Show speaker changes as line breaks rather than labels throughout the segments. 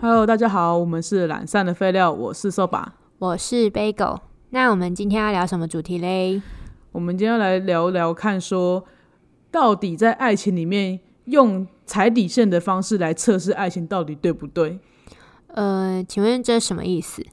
Hello，大家好，我们是懒散的废料，我是瘦吧。
我是 Bagel。那我们今天要聊什么主题嘞？
我们今天来聊聊看说到底在爱情里面用踩底线的方式来测试爱情到底对不对？
呃，请问这什么意思？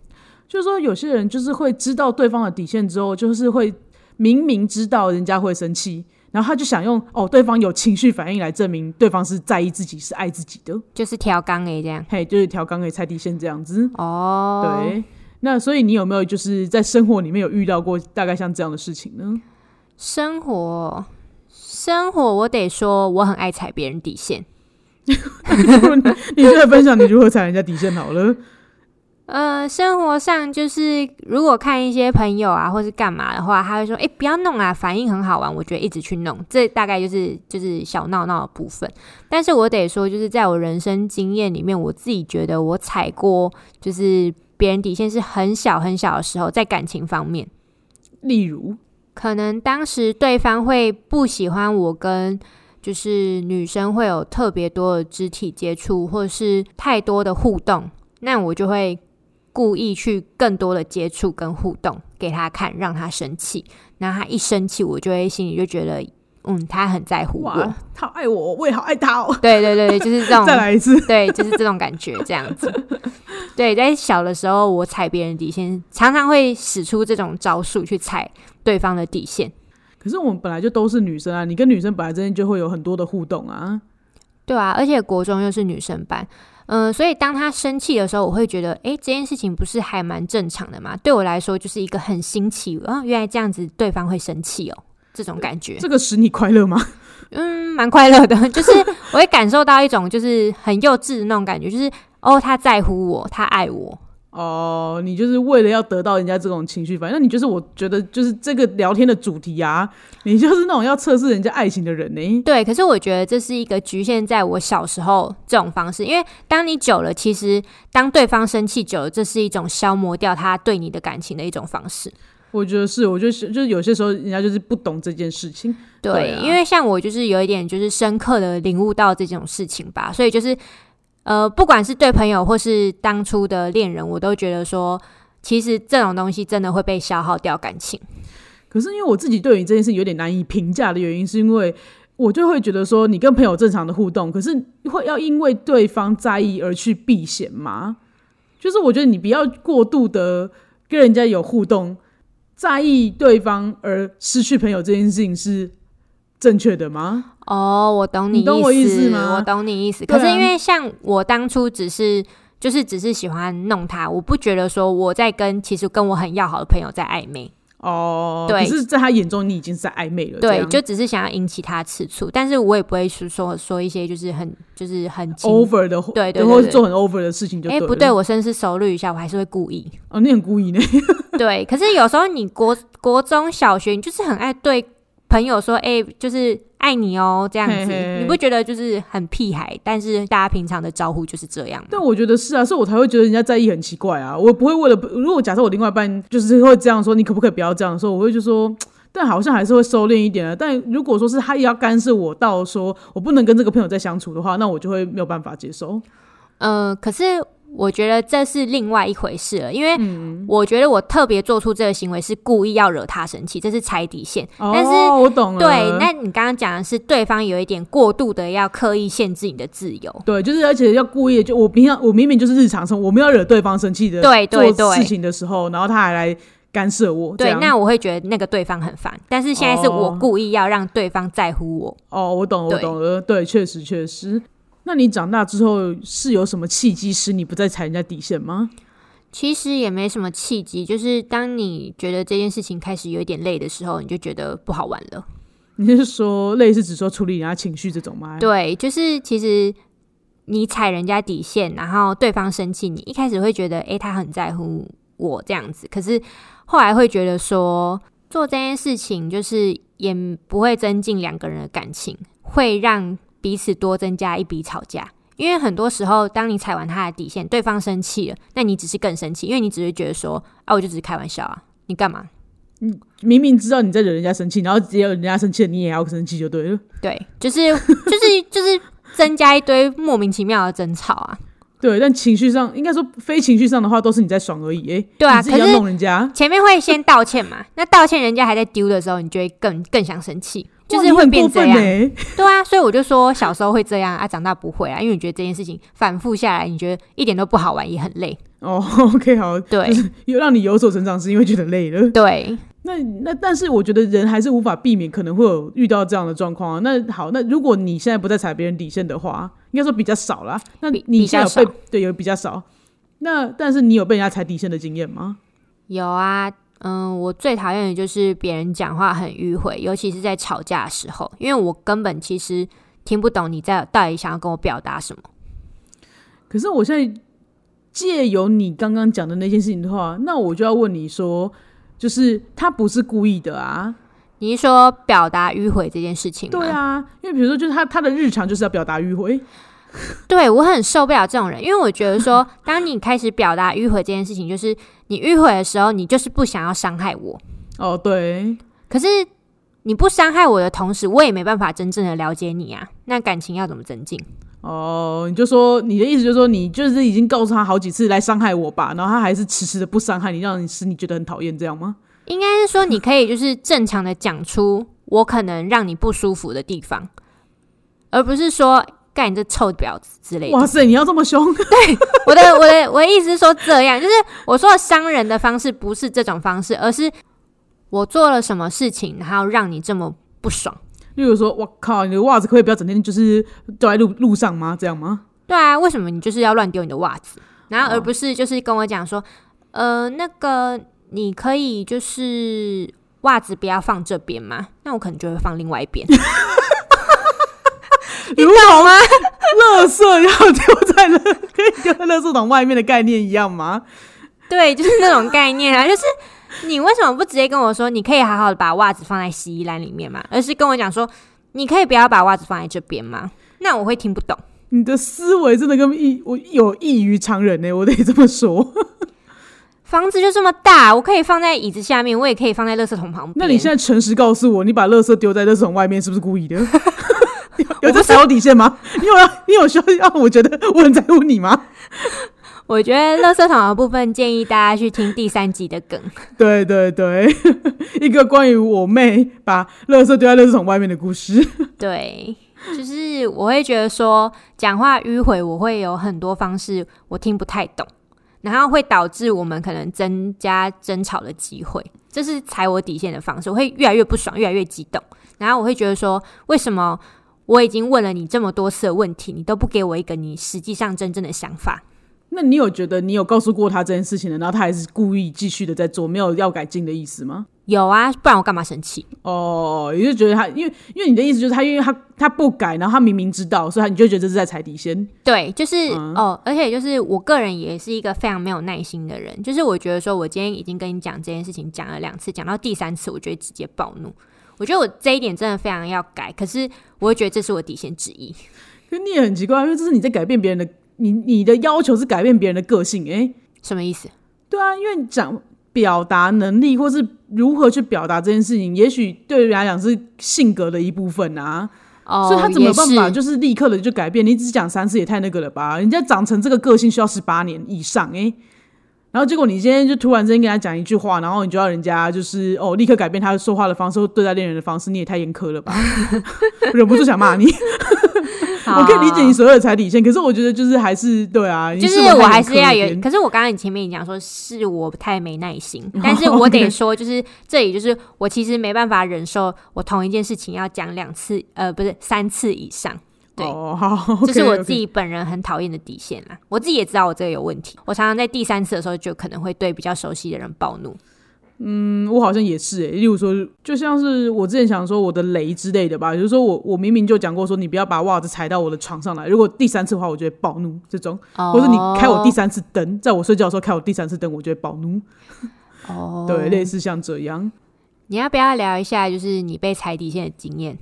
就是说，有些人就是会知道对方的底线之后，就是会明明知道人家会生气，然后他就想用哦，对方有情绪反应来证明对方是在意自己，是爱自己的。
就是调缸诶，这样。
嘿，就是调岗给踩底线这样子。
哦，，
对，那所以你有没有就是在生活里面有遇到过大概像这样的事情呢？
生活，生活，我得说我很爱踩别人底线。
你就来分享你如何踩人家底线好了。
呃，生活上就是如果看一些朋友啊，或是干嘛的话，他会说：“哎、不要弄啊，反应很好玩。”我觉得一直去弄，这大概就是就是小闹闹的部分。但是我得说，就是在我人生经验里面，我自己觉得我踩过就是别人底线是很小很小的时候，在感情方面。
例如，
可能当时对方会不喜欢我跟就是女生会有特别多的肢体接触，或是太多的互动，那我就会故意去更多的接触跟互动给他看，让他生气。然后他一生气，我就会心里就觉得，嗯，他很在乎
哇
我。，
他好爱我，我也好爱他哦。
对对对对，就是 这种
再来一次，
对，就是这种感觉，这样 子。对，在小的时候，我踩别人底线，常常会使出这种招数去踩对方的底线。
可是我们本来就都是女生啊，你跟女生本来之间就会有很多的互动啊。
对啊，而且国中又是女生班，嗯、所以当她生气的时候，我会觉得，诶，这件事情不是还蛮正常的嘛？对我来说，就是一个很新奇，啊，原来这样子对方会生气哦，这种感觉，
这个使你快乐吗？
嗯，蛮快乐的， 就是我会感受到一种就是很幼稚的那种感觉，就是哦，他在乎我，他爱我，
哦，你就是为了要得到人家这种情绪反应，那你就是我觉得就是这个聊天的主题啊，你就是那种要测试人家爱情的人呢、
对，可是我觉得这是一个局限在我小时候这种方式，因为当你久了，其实当对方生气久了，这是一种消磨掉他对你的感情的一种方式。
我觉得是，我觉得是就是有些时候人家就是不懂这件事情。
对，
对啊
因为像我就是有一点就是深刻的领悟到这种事情吧，所以就是呃，不管是对朋友或是当初的恋人，我都觉得说，其实这种东西真的会被消耗掉感情。
可是因为我自己对于这件事有点难以评价的原因，是因为我就会觉得说，你跟朋友正常的互动，可是会要因为对方在意而去避嫌吗？就是我觉得你不要过度的跟人家有互动，在意对方而失去朋友这件事情是正确的吗？
哦，我懂
你
你
懂我意思吗
我懂你意思。
对啊
可是因为像我当初只是就是只是喜欢弄他，我不觉得说我在跟其实跟我很要好的朋友在暧昧，
哦，
对
可是在他眼中你已经是在暧昧了，这
对，
样
就只是想要引起他吃醋，但是我也不会去说说一些就是很就是很轻
over 的，
对对对
或是
对
做很 over 的事情就
哎、
了
不对，我深思熟虑一下，我还是会 故意。
哦，你很故意呢，
对，可是有时候你国国中小学，你就是很爱对朋友说，哎、就是爱你哦，这样子，
嘿嘿
你不觉得就是很屁孩？但是大家平常的招呼就是这样吗。
但我觉得是啊，所以我才会觉得人家在意很奇怪啊。我不会为了，如果假设我另外一半就是会这样说，你可不可以不要这样说？我会就说，但好像还是会收敛一点啊。但如果说是他也要干涉我到说我不能跟这个朋友再相处的话，那我就会没有办法接受。
呃，可是我觉得这是另外一回事了，因为
嗯
我觉得我特别做出这个行为是故意要惹他生气，这是踩底线。但是
哦，我懂了。
对，那你刚刚讲的是对方有一点过度的要刻意限制你的自由。
对，就是而且要故意，就我平常我明明就是日常生活，我没有惹对方生气的，
对对
做
对
事情的时候，然后他还来干涉我，这
对，啊
样
那我会觉得那个对方很烦，但是现在是我
哦
故意要让对方在乎我。
哦，我懂了，我
对
懂了，对，确实确实。那你长大之后是有什么契机使你不再踩人家底线吗？
其实也没什么契机，就是当你觉得这件事情开始有一点累的时候，你就觉得不好玩了。
你是说类似只说处理人家情绪这种吗？，
对，就是其实你踩人家底线，然后对方生气，你一开始会觉得，诶，他很在乎我这样子，可是后来会觉得说，做这件事情就是也不会增进两个人的感情，会让彼此多增加一笔吵架。因为很多时候，当你踩完他的底线，对方生气了，那你只是更生气，因为你只是觉得说，啊，我就只是开玩笑啊，你干嘛？
明明知道你在惹人家生气，然后只要人家生气了，你也要生气就对了。
对，就是就是就是增加一堆莫名其妙的争吵啊。
对，但情绪上应该说非情绪上的话，都是你在爽而已。哎、
对啊
你自己要
可是
弄人家，
前面会先道歉嘛， 那道歉人家还在丢的时候，你就会更更想生气，就
哇
是
你
会
很
变
过
这
分
样。
欸
对啊，所以我就说小时候会这样啊，长大不会啊，因为你觉得这件事情反复下来，你觉得一点都不好玩，也很累。
哦、o k 好，
对
有让你有所成长，是因为觉得累了。
对，
那那但是我觉得人还是无法避免可能会有遇到这样的状况啊。那好，那如果你现在不再踩别人底线的话，应该说比较少啦。那
比
你
比
现在
较
有
少
被对有比较少，那但是你有被人家踩底线的经验吗？
有啊，嗯，我最讨厌的就是别人讲话很迂回，尤其是在吵架的时候，因为我根本其实听不懂你在到底想要跟我表达什么。
可是我现在借由你刚刚讲的那件事情的话，那我就要问你说，就是他不是故意的啊，
你是说表达迂回这件事情吗？
对啊，因为比如说就是他他的日常就是要表达迂回，
对我很受不了这种人，因为我觉得说，当你开始表达迂回这件事情，就是你迂回的时候，你就是不想要伤害我，
哦对，
可是你不伤害我的同时，我也没办法真正的了解你啊。那感情要怎么增进？
哦，你就说你的意思就是说，你就是已经告诉他好几次来伤害我吧，然后他还是迟迟的不伤害你，让你使你觉得很讨厌，这样吗？
应该是说，你可以就是正常的讲出我可能让你不舒服的地方，而不是说干你这臭婊子之类的。
哇塞，你要这么凶？
我的我的我的意思是说这样，就是我说的伤人的方式不是这种方式，而是我做了什么事情，然后让你这么不爽。
例如说，我靠，你的袜子可不可以不要整天就是掉在路路上吗？这样吗？
对啊，为什么你就是要乱丢你的袜子，然后
哦
而不是就是跟我讲说，呃，那个你可以就是袜子不要放这边嘛，那我可能就会放另外一边。
你懂吗？ 垃圾要丢在垃，可以丢在垃圾桶外面的概念一样吗？
对，就是那种概念啊，就是你为什么不直接跟我说，你可以好好的把袜子放在洗衣篮里面嘛，而是跟我讲说，你可以不要把袜子放在这边嘛？那我会听不懂。
你的思维真的跟异我有异于常人欸呢、我得这么说。
房子就这么大，我可以放在椅子下面，我也可以放在垃圾桶旁
那
边。
你现在诚实告诉我，你把垃圾丢在垃圾桶外面是不是故 意的？有有
我
在
不是
踩我底线 吗？你有要你有需要让我觉得我很在乎你吗？
我觉得垃圾桶的部分建议大家去听第三集的 梗。
对对对， 一个关于我妹把垃圾丢在垃圾桶外面的故事。
对，就是我会觉得说讲话迂回，我会有很多方式我听不太懂，然后会导致我们可能增加争吵的机会，这是踩我底线的方式，我会越来越不爽，越来越激动，然后我会觉得说为什么？我已经问了你这么多次的问题，你都不给我一个你实际上真正的想法。
那你有觉得你有告诉过她这件事情的，然后她还是故意继续的在做，没有要改进的意思吗？
有啊，不然我干嘛生气？
哦，也就觉得她，因为因为你的意思就是她，因为她她不改，然后她明明知道，所以她你就觉得这是在踩底线。
对，就是、
嗯
哦，而且就是我个人也是一个非常没有耐心的人，就是我觉得说我今天已经跟你讲这件事情讲了两次，讲到第三次，我就会直接暴怒。我觉得我这一点真的非常要改，可是我会觉得这是我底线之一。
可你也很奇怪，因为这是你在改变别人的，你你的要求是改变别人的个性，诶、
什么意思？
对啊，因为你讲表达能力或是如何去表达这件事情，也许对人来讲是性格的一部分啊，
哦，
所以他怎么有办法
也是
就是立刻的就改变？你只讲三次也太那个了吧？人家长成这个个性需要十八年以上诶、然后结果你今天就突然之间跟他讲一句话，然后你就要人家就是哦立刻改变他说话的方式或对待恋人的方式，你也太严苛了 吧！忍不住想骂你。我可以理解你所有的踩底线，可是我觉得就是还是对啊，你
就是
不太
我还
严
是
苛
要
一
有，
点
可是我刚刚你前面你讲说是我太没耐心，但是我
OK
得说，就是这里就是我其实没办法忍受我同一件事情要讲两次，呃，不是三次以上。对
哦，好，OK，OK，
这是我自己本人很讨厌的底线啦。我自己也知道我这个有问题，我常常在第三次的时候就可能会对比较熟悉的人暴怒。
嗯，我好像也是诶、例如说，就像是我之前想说我的雷之类的吧，就是说我我明明就讲过说你不要把袜子踩到我的床上来，如果第三次的话，我就会暴怒这种，
哦
或者你开我第三次灯，在我睡觉的时候开我第三次灯，我就会暴怒，
哦，
对，类似像这样。
你要不要聊一下就是你被踩底线的经验？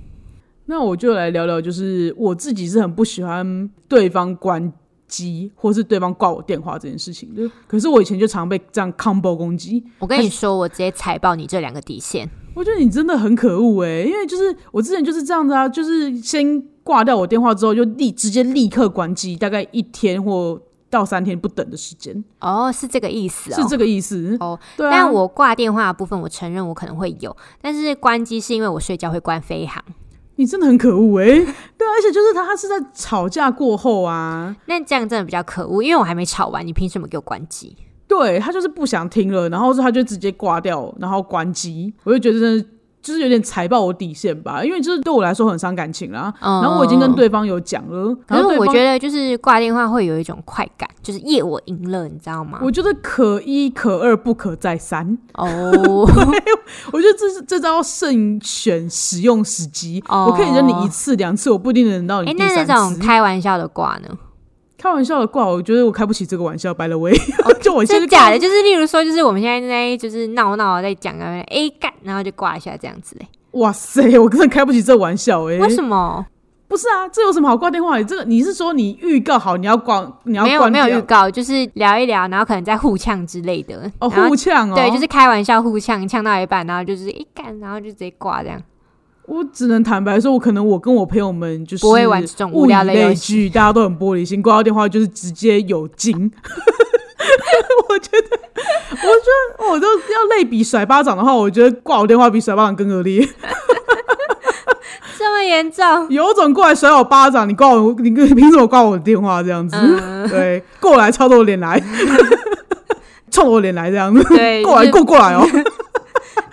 那我就来聊聊，就是我自己是很不喜欢对方关机或是对方挂我电话这件事情的，可是我以前就常被这样 combo 攻击，
我跟你说，我直接踩爆你这两个底线。
我觉得你真的很可恶哎、因为就是我之前就是这样子啊，就是先挂掉我电话之后就立直接立刻关机，大概一天或到三天不等的时间，
哦，是这个意思哦。
是这个意思
哦。
对啊，
但我挂电话的部分，我承认我可能会有，但是关机是因为我睡觉会关飞行。
你真的很可恶哎、 对啊，而且就是他他是在吵架过后啊，
那这样真的比较可恶，因为我还没吵完，你凭什么给我关机？
对他就是不想听了，然后他就直接挂掉，然后关机，我就觉得真的。就是有点踩爆我底线吧，因为就是对我来说很伤感情啦。
嗯
然后我已经跟对方有讲了，
可
然
是
后对
我
方
觉得就是挂电话会有一种快感，就是耶，我赢了，你知道吗？
我觉得可一可二不可再三，
哦，
我觉得这是这招慎选使用时机。
哦
我可以忍你一次两次，我不一定忍到你
哎，
第
那
三
那种
次。
开玩笑的挂呢？
开玩笑的挂，我觉得我开不起这个玩笑。白了喂， 就我现在
哦真的假的？就是例如说，就是我们现在在就是闹闹地在讲啊，哎干，然后就挂一下这样子嘞。
哇塞，我真的开不起这玩笑哎、
为什么？
不是啊，这有什么好挂电话的？这个你是说你预告好你要挂，你要
没有
关
没
掉
有预告，就是聊一聊，然后可能在互呛之类的。
哦，
然后
互呛哦，
对，就是开玩笑互呛，呛到一半，然后就是一干，然后就直接挂这样。
我只能坦白说，我可能我跟我朋友们就是
不会玩这种无聊的
物以
游
类
戏
聚，大家都很玻璃心，挂掉电话就是直接有劲。 我觉得，我觉得，我都要类比甩巴掌的话，我觉得挂我电话比甩巴掌更恶劣。
这么严重？
有种过来甩我巴掌，你挂我，你你凭什么挂我电话这样子？
嗯，
对，过来操着我脸来， 冲我脸来这样子，
对，
过来
就是
过过来哦。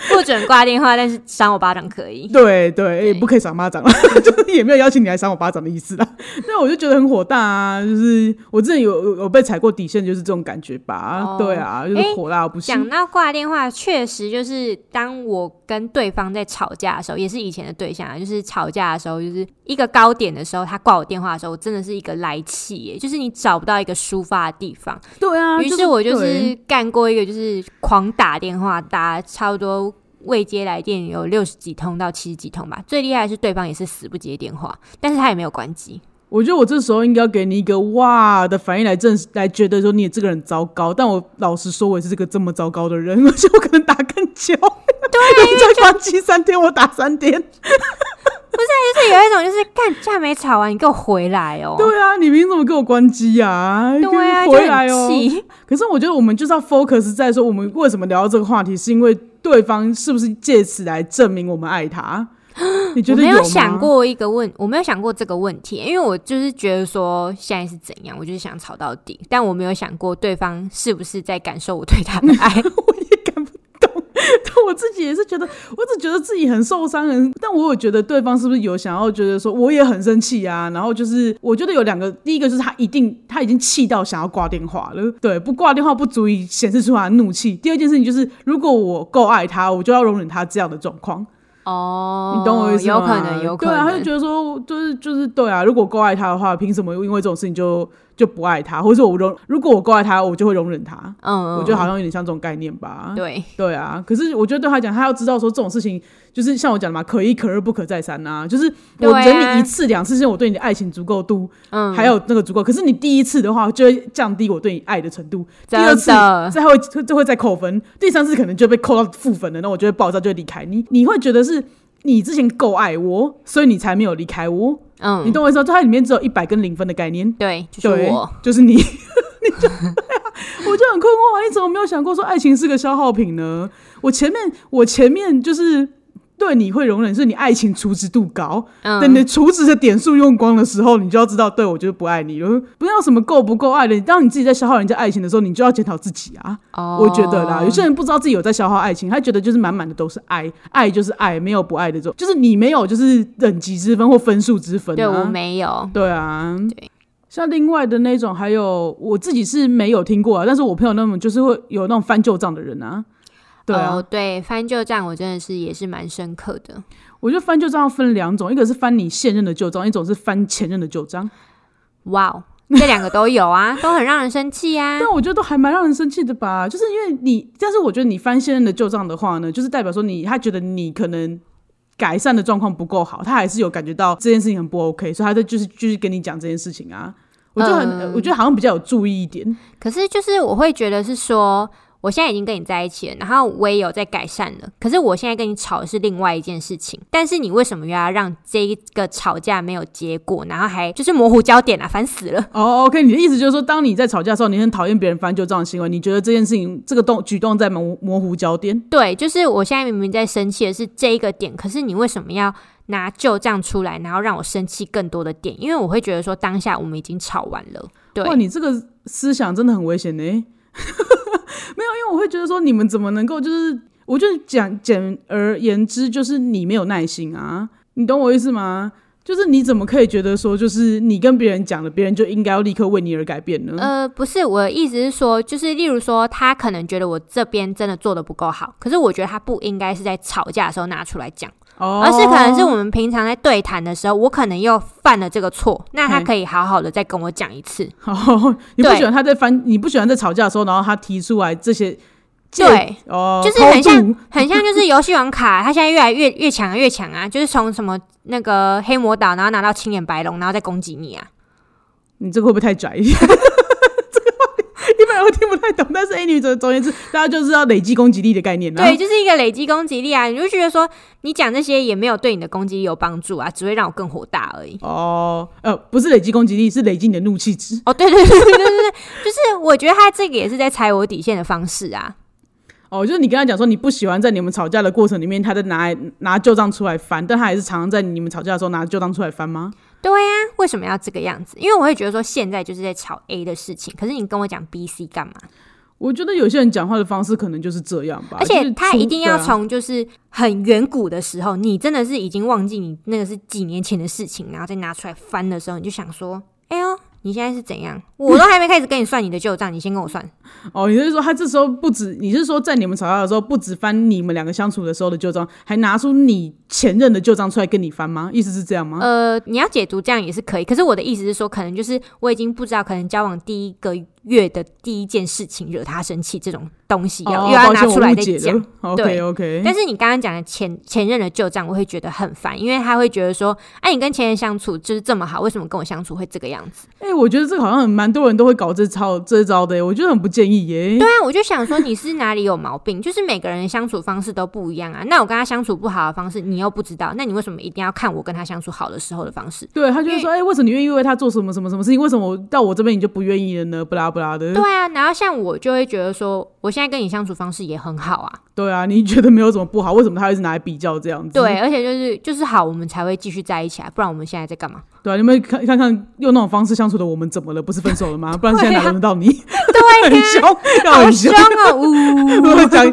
不准挂电话，但是扇我巴掌可以。
对对，哎
对
也不可以赏巴掌了， 就是也没有邀请你来赏我巴掌的意思啦。 那我就觉得很火大啊，就是我之前有有有被踩过底线，就是这种感觉吧。
哦
对啊，就是
诶
火辣到不行。
讲到挂电话，确实就是当我跟对方在吵架的时候，也是以前的对象啊，就是吵架的时候，就是一个高点的时候，他挂我电话的时候，我真的是一个来气耶，就是你找不到一个抒发的地方。
对啊，
于是我就
对
是干过一个，就是狂打电话，打差不多未接来电有六十几通到七十几通吧。最厉害的是对方也是死不接电话，但是他也没有关机。
我觉得我这时候应该要给你一个哇的反应来证来觉得说你这个人糟糕。但我老实说，我也是个这么糟糕的人， 而且我可能打更久。对， 人家关机三天，我打三天。
哦就是有一种就是干架没吵完，你给我回来哦。
对啊，你凭什么给我关机啊？
对啊，
给我回来哦。
就很气。
可是我觉得我们就是要 focus 在说我们为什么聊到这个话题，是因为对方是不是借此来证明我们爱 他？你觉
我
得
没
有
有
吗
想？ 过一个问，我没有想过这个问题，因为我就是觉得说现在是怎样，我就是想吵到底，但我没有想过对方是不是在感受我对他的 爱。
但我自己也是觉得，我只觉得自己很受伤，很，但我有觉得对方是不是有想要觉得说我也很生气啊？然后就是我觉得有两个，第一个就是他一定他已经气到想要挂电话了，对，不挂电话不足以显示出他的怒气。第二件事情就是，如果我够爱他，我就要容忍他这样的状况。
哦
你懂我意思吗？
有可能，有可
对啊，
能。
他就觉得说，就是就是对啊，如果够爱他的话，凭什么因为这种事情就就不爱他？或者我容，如果我够爱他，我就会容忍他。
嗯，
我觉得好
嗯
像有点像这种概念吧。
对，
对啊，可是我觉得对他讲，他要知道说这种事情，就是像我讲的嘛，可一可二不可再三啊。就是
对
我
啊
忍你一次两次，是因为我对你的爱情足够度，
嗯，
还有那个足够。可是你第一次的话，就会降低我对你爱的程度。第二次
真的
再会就会再扣分，第三次可能就被扣到负分了，那我就会爆炸，就会离开你。你会觉得是你之前够爱我，所以你才没有离开我，
嗯，
你懂我意思吗？就它里面只有一百跟零分的概念，
对，就是
对
我。，
就是你。你 就我就很困惑啊！你怎么没有想过说爱情是个消耗品呢？我前面我前面就是对你会容忍，是你爱情除值度高，等你
嗯，
的储值的点数用光的时候，你就要知道，对我就是不爱你了。不要什么够不够爱的，当你自己在消耗人家爱情的时候，你就要检讨自己啊。
哦
我觉得啦，有些人不知道自己有在消耗爱情，他觉得就是满满的都是爱，爱就是爱，没有不爱的这种，就是你没有就是等级之分或分数之分、啊。
对我没有，
对啊，
对
像另外的那种，还有我自己是没有听过啊，但是我朋友那种就是会有那种翻旧账的人啊。对啊，
哦，对，翻旧账我真的是也是蛮深刻的。
我觉得翻旧账要分两种，一个是翻你现任的旧账，一种是翻前任的旧账。
哇哦，这两个都有啊，都很让人生 气啊。
但我觉得都还蛮让人生气的吧，就是因为你，但是我觉得你翻现任的旧账的话呢，就是代表说你他觉得你可能改善的状况不够好，他还是有感觉到这件事情很不 OK，所以他在就是继续跟你讲这件事情啊。我就很，
嗯
我觉得好像比较有注意一点。
可是就是我会觉得是说，我现在已经跟你在一起了，然后我也有在改善了，可是我现在跟你吵的是另外一件事情，但是你为什么又要让这一个吵架没有结果，然后还就是模糊焦点啊，烦死了！
哦、o k 你的意思就是说，当你在吵架的时候，你很讨厌别人翻旧账的行为，你觉得这件事情这个动举动在模模糊焦点？
对，就是我现在明明在生气的是这一个点，可是你为什么要拿旧账出来，然后让我生气更多的点？因为我会觉得说，当下我们已经吵完了。对，
哇，你这个思想真的很危险呢、 没有，因为我会觉得说，你们怎么能够就是，我就讲简而言之，就是你没有耐心啊，你懂我意思吗？就是你怎么可以觉得说，就是你跟别人讲了，别人就应该要立刻为你而改变呢？
呃，不是，我的意思是说，就是例如说，他可能觉得我这边真的做的不够好，可是我觉得他不应该是在吵架的时候拿出来讲，
哦，
而是可能是我们平常在对谈的时候，我可能又犯了这个错，那他
嗯
可以好好的再跟我讲一次。
哦，你不
对
喜欢他在翻，你不喜欢在吵架的时候，然后他提出来这些借，
对，
哦，
就是很像
偷渡
很像就是游戏王卡，它现在越来越越强啊越强啊，就是从什么那个黑魔岛，然后拿到青眼白龙，然后再攻击你啊。
你这个会不会太拽？这 个话题一般人会听不太懂，但是 A 女总总而言之，大家就是要累积攻击力的概念啊。
对，就是一个累积攻击力啊，你就觉得说你讲这些也没有对你的攻击力有帮助啊，只会让我更火大而已。
哦，呃，不是累积攻击力，是累积你的怒气值。
哦，对对对对对对，就是我觉得他这个也是在踩我底线的方式啊。
哦，就是你跟他讲说你不喜欢在你们吵架的过程里面，他在拿来拿旧账出来翻，但他还是常常在你们吵架的时候拿旧账出来翻吗？
对呀、为什么要这个样子？因为我会觉得说现在就是在吵 A 的事情，可是你跟我讲 B、C 干嘛？
我觉得有些人讲话的方式可能就是这样吧，啊
而
就
且
是
他
出
一定
对
要
啊
从就是很远古的时候，你真的是已经忘记你那个是几年前的事情，然后再拿出来翻的时候，你就想说，哎呦，你现在是怎样？我都还没开始跟你算你的旧账，你先跟我算。
哦，你是说他这时候不止，你是说在你们吵架的时候，不止翻你们两个相处的时候的旧账，还拿出你前任的旧账出来跟你翻吗？意思是这样吗？
呃，你要解读这样也是可以，可是我的意思是说，可能就是我已经不知道，可能交往第一个月的第一件事情惹他生气这种东西要、
哦，
呃又要
抱
拿
歉我
出来
误
再
解
讲
了。。OK 嗯
对
OK，
但是你刚刚讲的前前任的旧账，我会觉得很烦，因为他会觉得说，哎、你跟前任相处就是这么好，为什么跟我相处会这个样子？
哎、我觉得这个好像很蛮多人都会搞这招这一招的耶，我觉得很不建议耶。
对啊，我就想说你是哪里有毛病？就是每个人的相处方式都不一样啊。那我跟他相处不好的方式，你又不知道，那你为什么一定要看我跟他相处好的时候的方式？
对他就会说，哎、为什么你愿意为他做什么什么什么事情？为什么我到我这边你就不愿意了呢？不拉不拉的。
对啊，然后像我就会觉得说，我现在跟你相处方式也很好啊，
对啊，你觉得没有什么不好，为什么他一直拿来比较这样子？
对，而且就是就是好，我们才会继续在一起啊，不然我们现在在干嘛？
对啊，你们看看看，用那种方式相处的我们怎么了？不是分手了 吗？不然现在哪轮得到你？
对、啊
很凶，要
好
很凶
凶。哦！呜，
我讲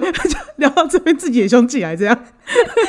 聊到这边自己也凶起来，这样，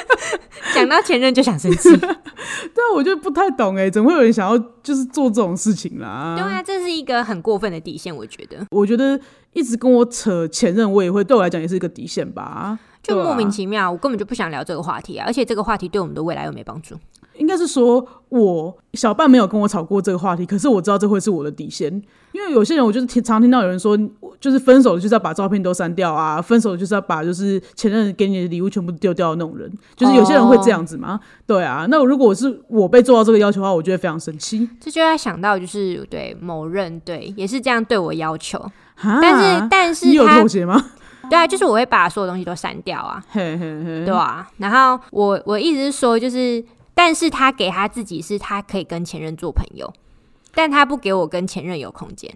讲到前任就想生气。
但我就不太懂哎，怎么会有人想要就是做这种事情啦？
对啊，这是一个很过分的底线，我觉得
我觉得一直跟我扯前任，我也会对我来讲也是一个底线吧。
就
对啊
莫名其妙，我根本就不想聊这个话题啊，而且这个话题对我们的未来又没帮助。
应该是说我小半没有跟我吵过这个话题，可是我知道这会是我的底线，因为有些人我就是听常听到有人说，就是分手了就是要把照片都删掉啊，分手了就是要把就是前任给你的礼物全部丢掉的那种人，就是有些人会这样子嘛。
哦
对啊，那如果是我被做到这个要求的话，我就会非常生气。
这就要想到就是对某任对也是这样对我要求，
哈
但是但
你
是
有
他
妥协吗？
对啊，就是我会把所有东西都删掉啊，
嘿嘿嘿，
对啊，然后我我一直是说就是，但是他给他自己是他可以跟前任做朋友，但他不给我跟前任有空间。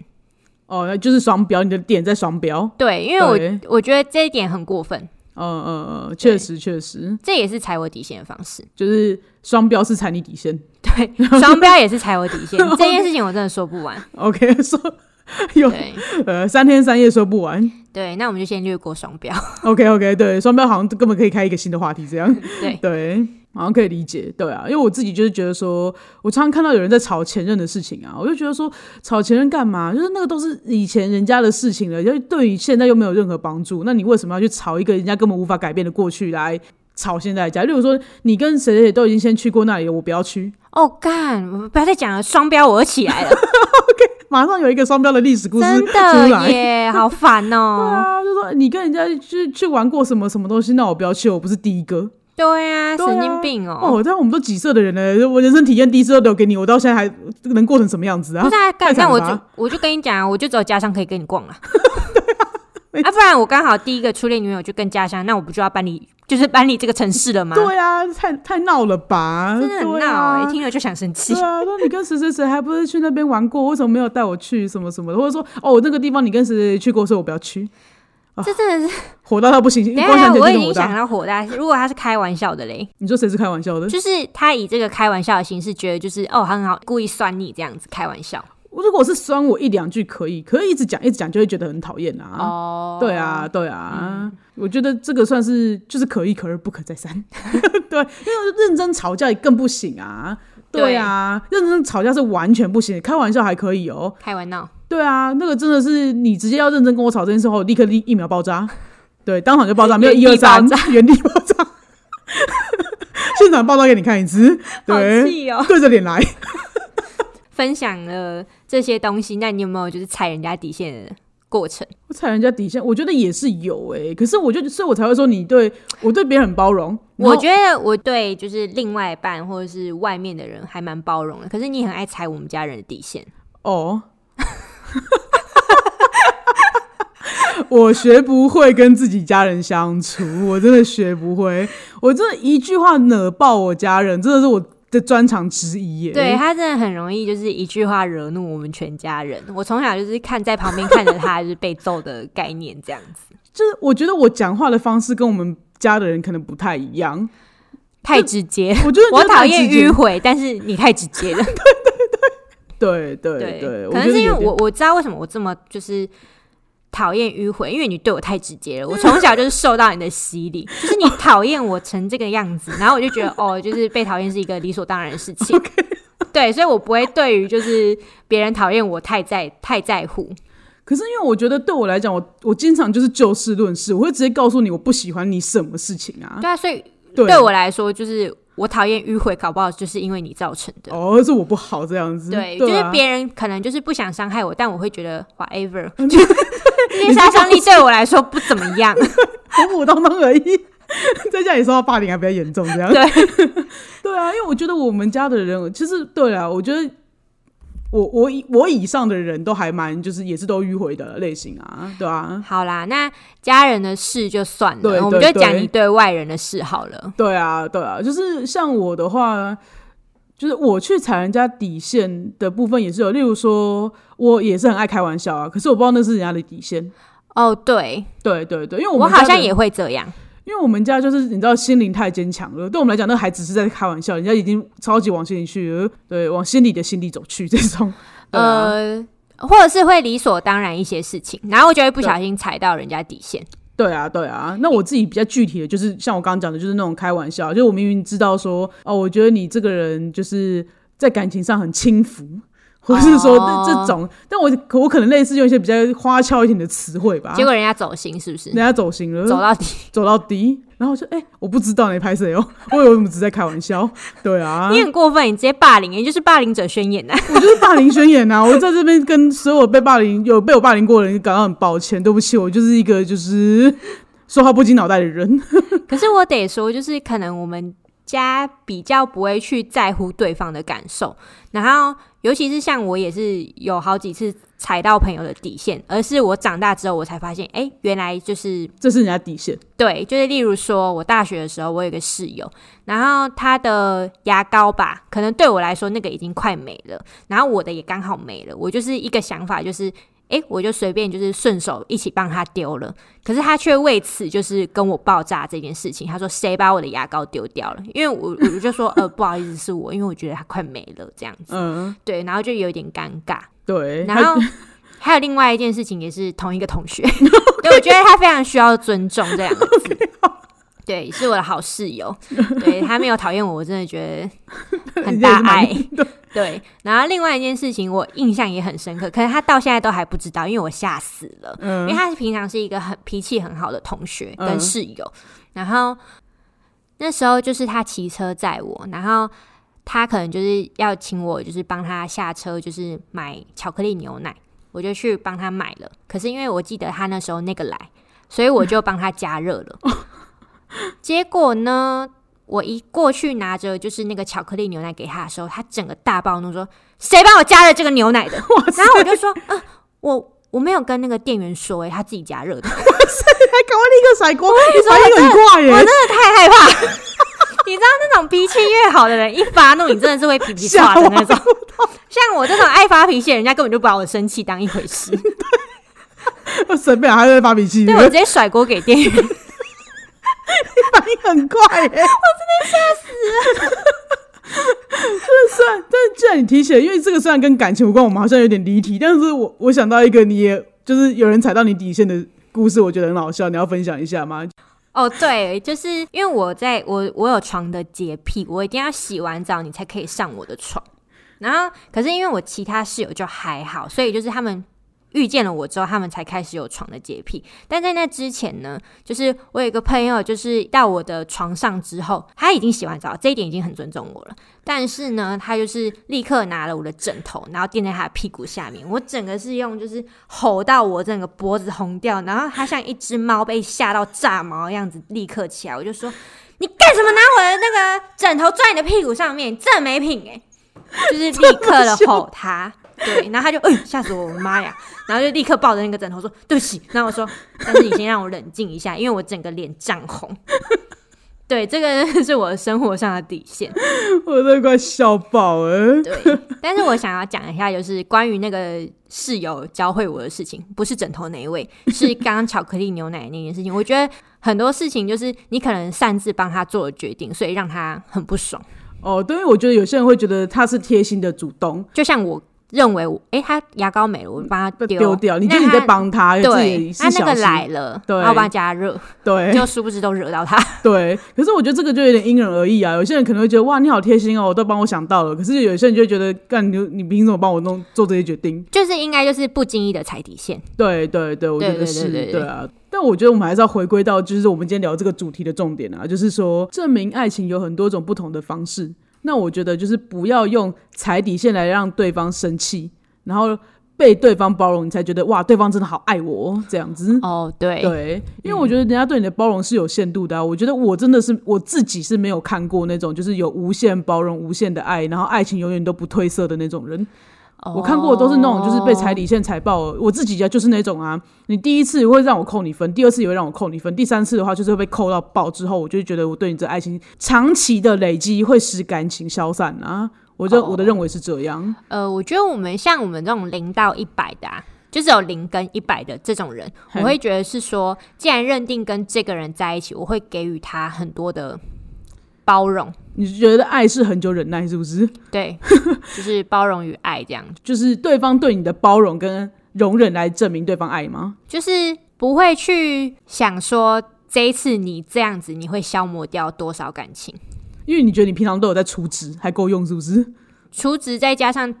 哦，那就是双标，你的点在双标。
对，因为
对
我我觉得这一点很过分，
嗯嗯嗯，确实确实，
这也是踩我底线的方式。
就是双标是踩你底线。
对，双标也是踩我底线，这件事情我真的说不完。
OK，说 有
对
呃三天三夜说不完。
对，那我们就先略过双标。
OK OK，对，双标好像根本可以开一个新的话题，这样
对，
对，好像可以理解，对啊，因为我自己就是觉得说，我常常看到有人在吵前任的事情啊，我就觉得说，吵前任干嘛？就是那个都是以前人家的事情了，就对你现在又没有任何帮助，那你为什么要去吵一个人家根本无法改变的过去来吵现在的家？例如说，你跟谁谁谁都已经先去过那里了，我不要去，
哦干，我不要再讲了，双标我又起来了。
马上有一个双标的历史故事
真
出
的
来。
耶，好烦
对
哦、
啊，就说你跟人家去去玩过什么什么东西，那我不要去，我不是第一个。
对啊，
对啊
神经病哦、
哦，但我们都几岁的人了，我人生体验第一次都留给你，我到现在还能过成什么样子啊
不是？啊，
太
干那
惨
我
了吧
就我就跟你讲啊，我就只有家上可以跟你逛了。啊，不然我刚好第一个初恋女友就跟家乡，那我不就要搬离，就是搬离这个城市了吗？
对啊，太太闹了吧？
真的很
对
闹哎、
啊
听了就想生气
对。 啊，说你跟谁谁谁还不是去那边玩过，为什么没有带我去什么什么的？或者说哦，那个地方你跟谁谁谁去过，所以我不要去，
这真的是，
火大到不行。光
等一下
想起
我
来
已
就火
经想
大。
到火大。如果他是开玩笑的嘞，
你说谁是开玩笑的？
就是他以这个开玩笑的形式，觉得就是哦很好，故意酸你这样子开玩笑。
如果是酸我一两句可以，可是一直讲一直讲就会觉得很讨厌啊。
哦，嗯
对啊，，对啊，我觉得这个算是就是可一可二，不可再三。 对，因为认真吵架也更不行啊。对啊，认真吵架是完全不行，开玩笑还可以哦。
开玩闹。
对啊，那个真的是你直接要认真跟我吵这件事后，立刻立一秒爆 炸，对，当场就爆炸，没有
原
一
地
二三
爆，
原地爆炸，现场爆炸给你看一次，
好
对，
气哦！
对着脸来。
分享了这些东西，那你有没有就是踩人家底线的过程？
我踩人家底线，我觉得也是有诶、可是我就所以，我才会说你对我对别人很包容。然后
我觉得我对就是另外一半或者是外面的人还蛮包容的，可是你很爱踩我们家人的底线。
哦， 我学不会跟自己家人相处，我真的学不会，我真的一句话惹爆我家人，真的是我的专长之一耶。
对他真的很容易就是一句话惹怒我们全家人。我从小就是看在旁边看着他就是被揍的概念这样子，
就是我觉得我讲话的方式跟我们家的人可能不太一样，
太直 接。
我觉得
我讨厌迂
迂，
回，但是你太直接了。
对对
对，
对，
可能
觉得
是因为
有点
我我知道为什么我这么就是讨厌迂回，因为你对我太直接了。我从小就是受到你的洗礼，就是你讨厌我成这个样子，然后我就觉得哦，就是被讨厌是一个理所当然的 事情。对，所以我不会对于就是别人讨厌我太在太在乎。
可是因为我觉得对我来讲，我我经常就是就事论事，我会直接告诉你我不喜欢你什么事情啊。
对啊，所以
对
对我来说，就是我讨厌迂回，搞不好就是因为你造成的。
哦，是我不好这样子。
对，
对
就是
啊
别人可能就是不想伤害我，但我会觉得 whatever，
嗯
就是这些杀伤力对我来说不怎么样。
普普通通而已， 在家里受到霸凌还比较严重，这样。
对，
对啊，因为我觉得我们家的人，其实对啦，我觉得我我以我以上的人都还蛮，就是也是都迂回的类型啊，对啊，
好啦，那家人的事就算
对
了，我们
对
就讲
对
你对外人的事好了。
对啊，对啊，就是像我的话，就是我去踩人家底线的部分也是有，例如说我也是很爱开玩笑啊，可是我不知道那是人家的底线。
哦，对，
对对对，因为
我
们
好
家
像
的
也会这样。
因为我们家就是你知道心灵太坚强了，对我们来讲那还只是在开玩笑，人家已经超级往心里去了，对，往心里的心里走去这种。对啊、
呃，或者是会理所当然一些事情，然后就会不小心踩到人家底线。
对啊，对啊。那我自己比较具体的就是像我刚刚讲的，就是那种开玩笑，就是我明明知道说，哦，我觉得你这个人就是在感情上很轻浮。或是说
哦
这这种，但我可我可能类似用一些比较花俏一点的词汇吧，
结果人家走心，是不是
人？家走心了，
走到底，
走到底，然后我就哎、我不知道你拍谁哦，我以为我们只是在开玩笑，对啊，
你很过分，你直接霸凌，也就是霸凌者宣言呐、啊
我就是霸凌宣言啊！我在这边跟所有被霸凌、有被我霸凌过的人感到很抱歉，对不起，我就是一个就是说话不经脑袋的人。
可是我得说，就是可能我们家比较不会去在乎对方的感受，然后尤其是像我也是有好几次踩到朋友的底线，而是我长大之后我才发现，哎、原来就是
这是人家底线，
对，就是例如说我大学的时候，我有一个室友，然后他的牙膏吧，可能对我来说那个已经快没了，然后我的也刚好没了，我就是一个想法就是。哎、我就随便就是顺手一起帮他丢了，可是他却为此就是跟我爆炸这件事情。他说谁把我的牙膏丢掉了？因为我我就说呃不好意思是我，因为我觉得它快没了这样子。
嗯，
对，然后就有点尴尬。
对。
然后 还有另外一件事情，也是同一个同学， 对我觉得他非常需要尊重这两个字。对，是我的好室友，对他没有讨厌我，我真的觉得很
人家也
大
是蛮
爱。对，然后另外一件事情我印象也很深刻，可是他到现在都还不知道，因为我吓死了。因为他平常是一个很脾气很好的同学跟
嗯
室友，然后那时候就是他骑车载我，然后他可能就是要请我，就是帮他下车，就是买巧克力牛奶，我就去帮他买了。可是因为我记得他那时候那个来，所以我就帮他加热了。结果呢，我一过去拿着就是那个巧克力牛奶给他的时候，他整个大暴怒说：“谁帮我加了这个牛奶的？”然后我就说：“啊、我。”我没有跟那个店员说、欸，哎，他自己加热 的，
还搞立刻甩锅，你反应很快
我
耶，
真的太害怕。你知道那种脾气越好的人，一发怒你真的是会脾气
吓
差的
我
那种。像我这种爱发脾气，的人家根本就不把我生气当一回事，
我随便还会啊发脾气，
对
反
我直接甩锅给店员。
应很快耶，我真的吓死了。这虽然，但既然你提起来，因为这个虽然跟感情无关，我们好像有点离题，但是我我想到一个，你也就是有人踩到你底线的故事，我觉得很好笑，你要分享一下吗？
哦，对，就是因为我在我我有床的洁癖，我一定要洗完澡你才可以上我的床。然后，可是因为我其他室友就还好，所以就是他们遇见了我之后，他们才开始有床的洁癖。但在那之前呢，就是我有一个朋友，就是到我的床上之后，他已经洗完澡，这一点已经很尊重我了。但是呢，他就是立刻拿了我的枕头，然后垫在他的屁股下面。我整个是用就是吼到我整个脖子红掉，然后他像一只猫被吓到炸毛的样子，立刻起来。我就说：“你干什么拿我的那个枕头拽你的屁股上面？这没品哎、就是立刻的吼他。对，然后他就哎吓、死我，我妈呀！然后就立刻抱着那个枕头说对不起。然后我说，但是你先让我冷静一下，因为我整个脸涨红。 对，这个是我生活上的底线。
我都快笑爆了。
对，但是我想要讲一下，就是关于那个室友教会我的事情，不是枕头那一位，是刚刚巧克力牛奶那件事情。我觉得很多事情就是你可能擅自帮他做了决定，所以让他很不爽。
哦，对，因为我觉得有些人会觉得他是贴心的主动，
就像我认为我，诶，他牙膏没了，我帮他
被
丢
丢掉，你觉得你
那
在
他
帮他，自
对
己，是
他那
小
个
心，
来了，
对
然后帮他加热，
对
就殊不知都惹到他。
对。可是我觉得这个就有点因人而异啊。有些人可能会觉得哇，你好贴心哦，我都帮我想到了。可是有些人就会觉得，干你你凭什么帮我弄做这些决定？
就是应该就是不经意的踩底线。
对对对，我觉
对
得
对
是，
对对对
啊。但我觉得我们还是要回归到，就是我们今天聊这个主题的重点啊，就是说证明爱情有很多种不同的方式。那我觉得就是不要用踩底线来让对方生气，然后被对方包容，你才觉得哇，对方真的好爱我哦这样子。
哦，对，
对，因为我觉得人家对你的包容是有限度的、啊。我觉得我真的是我自己是没有看过那种就是有无限包容、无限的爱，然后爱情永远都不褪色的那种人。
哦
我看过的都是那种就是被踩底线踩爆了，我自己家就是那种啊，你第一次会让我扣你分，第二次也会让我扣你分，第三次的话就是会被扣到爆之后，我就会觉得我对你这爱情长期的累积会使感情消散啊。我这、
哦
我的认为是这样，
呃，我觉得我们像我们这种零到一百的、啊，就是有零跟一百的这种人，我
嘿
会觉得是说，既然认定跟这个人在一起，我会给予他很多的包容，
你是觉得爱是很久忍耐是不是？
对，就是包容与爱这样，
就是对方对你的包容跟容忍来证明对方爱吗？
就是不会去想说这一次你这样子你会消磨掉多少感情，
因为你觉得你平常都有在出值，还够用是不是？
除职再加上。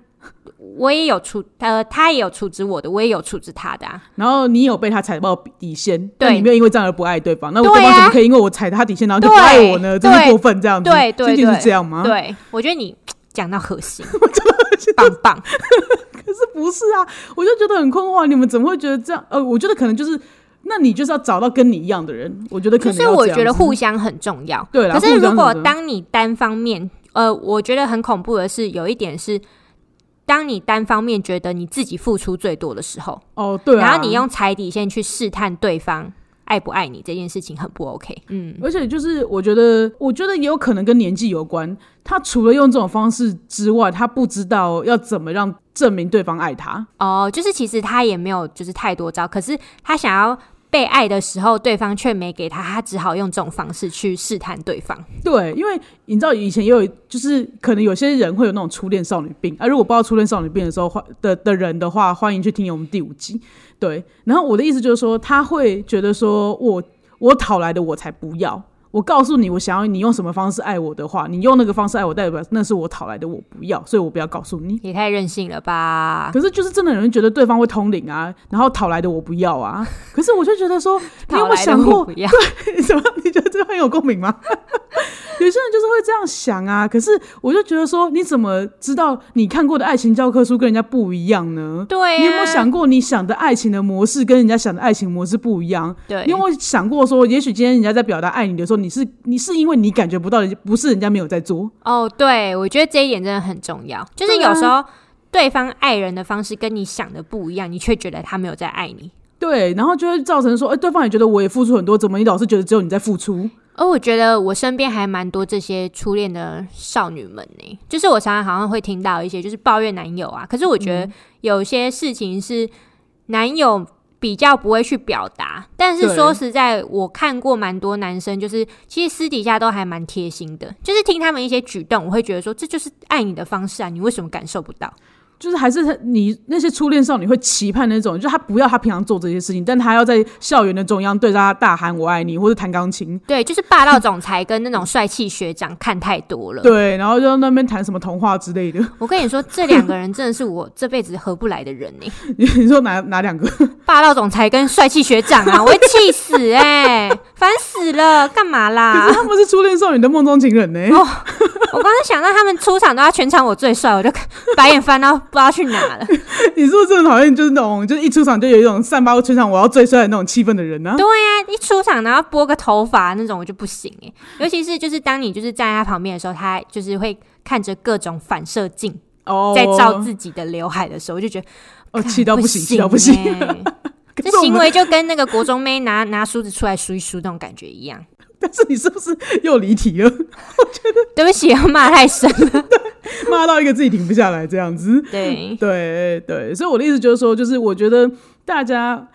我也有处，呃，他也有处置我的，我也有处置他的、啊，
然后你有被他踩到底线，但
对
你没有因为这样而不爱对方，那我
对
对方
啊
怎么可以因为我踩他底线，然后就不爱我呢？
对
真是过分，这样子，
对对
这就是
对
这样吗？，
对我觉得你讲到核心，棒棒，
这不是啊，我就觉得很困惑，你们怎么会觉得这样？呃，我觉得可能就是，那你就是要找到跟你一样的人，我觉呃得可
就
能
是
要
我
这样
觉得
子
互相很重要。
对啦
可是
互相
如果
很重要
当你单方面，呃，我觉得很恐怖的是，有一点是，当你单方面觉得你自己付出最多的时候，
哦，对啊，
然后你用踩底线去试探对方爱不爱你，这件事情很不 OK。嗯，
而且就是，我觉得，我觉得也有可能跟年纪有关。他除了用这种方式之外，他不知道要怎么让证明对方爱他。
哦，就是其实他也没有就是太多招，可是他想要。被爱的时候，对方却没给他，他只好用这种方式去试探对方。
对，因为你知道以前也有，就是可能有些人会有那种初恋少女病啊。如果不知道初恋少女病的时候，欢的的人的话，欢迎去听我们第五集。对，然后我的意思就是说，他会觉得说我我讨来的我才不要。我告诉你，我想要你用什么方式爱我的话，你用那个方式爱我，代表那是我讨来的，我不要，所以我不要告诉你。
也太任性了吧！
可是就是真的有人觉得对方会通灵啊，然后讨来的我不要啊。可是我就觉得 说，你有
讨
没有
来的
想
我
过
不要？
什么？你觉得这很有共鸣吗？ 有些人就是会这样想啊。可是我就觉得说，你怎么知道你看过的爱情教科书跟人家不一样呢？
对、啊，
你有没有想过，你想的爱情的模式跟人家想的爱情模式不一样？
对，
你有没有想过说，也许今天人家在表达爱你的时候，你是你是因为你感觉不到，不是人家没有在做？
哦，对，我觉得这一点真的很重要，就是
对
有
啊
时候对,、对方爱人的方式跟你想的不一样，你却觉得他没有在爱你。
对，然后就会造成说，哎、对方也觉得我也付出很多，怎么你老是觉得只有你在付出？
而我觉得我身边还蛮多这些初恋的少女们呢、就是我常常好像会听到一些就是抱怨男友啊，可是我觉
嗯
得有些事情是男友比较不会去表达，但是
对
说实在，我看过蛮多男生，就是其实私底下都还蛮贴心的，就是听他们一些举动，我会觉得说这就是爱你的方式啊，你为什么感受不到？
就是还是你那些初恋少女会期盼那种，就他不要他平常做这些事情，但他要在校园的中央对着他大喊“我爱你”或者弹钢琴，
对，就是霸道总裁跟那种帅气学长看太多了。
对，然后就在那边弹什么童话之类的。
我跟你说，这两个人真的是我这辈子合不来的人呢、
你你说哪哪两个？
霸道总裁跟帅气学长啊，我会气死哎、烦死了，干嘛
可
啦
是？他们是初恋少女的梦中情人呢、
哦我刚刚想到他们出场都要全场我最帅，我就 白眼翻到不知道去哪了。
你是不是很讨厌就是那种就是一出场就有一种散发全场我要最帅的那种气氛的人呢、 啊？
一出场然后拨个头发那种我就不行哎、尤其是就是当你就是站在他旁边的时候，他就是会看着各种反射镜
哦，
在照自己的刘海的时候，我就觉得
哦，气到不
不
行，气到不
不
行。
欸
可
这
是我
行
们，
为就跟那个国中妹拿拿梳子出来梳一梳那种感觉一样。
但是你是不是又离题了？
对不起，骂太深了。
骂到一个自己停不下来这样子。
对，
对对，所以我的意思就是说，就是我觉得大家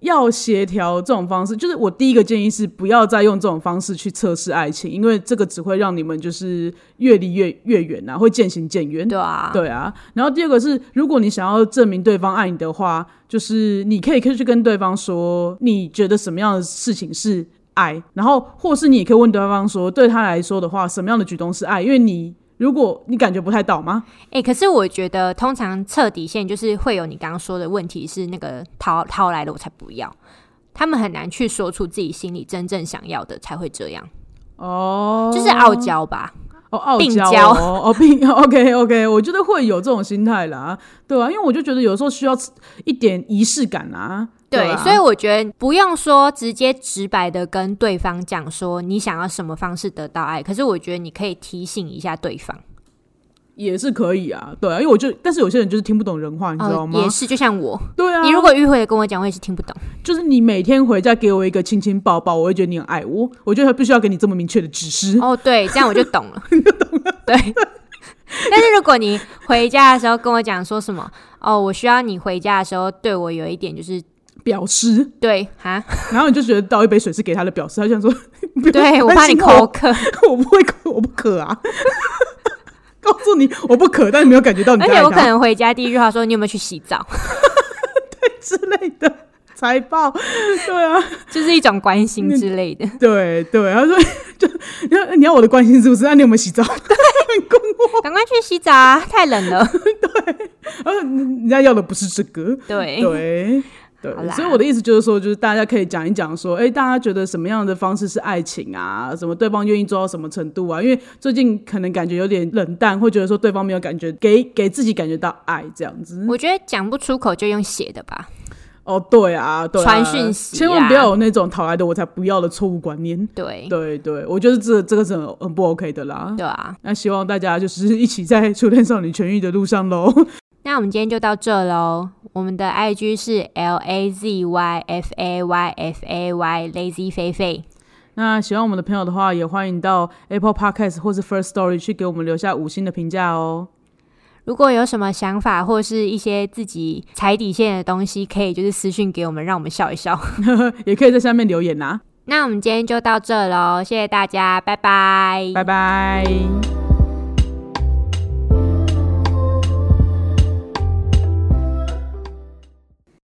要协调这种方式，就是我第一个建议是不要再用这种方式去测试爱情，因为这个只会让你们就是越离越越远啊，会渐行渐远。
对啊，
对啊，然后第二个是，如果你想要证明对方爱你的话，就是你可以去跟对方说，你觉得什么样的事情是爱，然后或是你也可以问对方说，对他来说的话，什么样的举动是爱，因为你如果你感觉不太到吗？
哎、可是我觉得通常测底线就是会有你刚刚说的问题，是那个掏掏来了我才不要，他们很难去说出自己心里真正想要的，才会这样，
哦，
就是傲娇吧。
哦，傲
病
娇
娇
哦，哦，病 OK OK，我 觉得会有这种心态啦，对啊，因为我就觉得有时候需要一点仪式感啊，
对，
啊
所以我觉得不用说直接直白的跟对方讲说你想要什么方式得到爱，可是我觉得你可以提醒一下对方，
也是可以啊，对啊，因为我就，但是有些人就是听不懂人话，你知道
哦，
吗？
也是，就像我，
对啊，
你如果迂回的跟我讲，我也是听不懂。
就是你每天回家给我一个亲亲抱抱，我会觉得你很爱我，我觉得必须要给你这么明确的指示。
哦，对，这样我就懂 了，对。但是如果你回家的时候跟我讲说什么，哦，我需要你回家的时候对我有一点就是
表示，
对 哈，
然后你就觉得倒一杯水是给他的表示，他就想说， 不用
对我
担
怕你
心哦
口渴，
我，我不会渴，我不渴 啊。 告诉你我不渴，但是没有感觉到你
而
在
且
爱
我可
他
能回家第一句话说你有没有去洗澡，
之类的财报，对啊，
就是一种关心之类的。
对对，他说就你要你要我的关心是不是？啊那、你有没有洗澡？
赶快去洗澡啊，太冷了。
他说人家要的不是这个，
对，
对。对
哎好，啦
所以我的意思就是说，就是大家可以讲一讲，说，哎、大家觉得什么样的方式是爱情啊？什么对方愿意做到什么程度啊？因为最近可能感觉有点冷淡，会觉得说对方没有感觉，给给自己感觉到爱这样子。
我觉得讲不出口就用写的吧。
哦，对啊，对啊，
传讯息啊
千万不要有那种讨来的我才不要的错误观念。
对，
对对，我觉得这这个是很很不 OK 的啦。
对啊。
那希望大家就是一起在初恋少女痊愈的路上喽。
那我们今天就到这喽。我们的 IG 是 L A Z Y F A Y F A Y Lazy 菲菲。
那喜欢我们的朋友的话，也欢迎到 Apple Podcast 或是 First Story 去给我们留下五星的评价哦。
如果有什么想法或是一些自己踩底线的东西，可以就是私讯给我们，让我们笑一笑。
也可以在下面留言呐、啊
那我们今天就到这喽，谢谢大家，拜拜。
拜拜。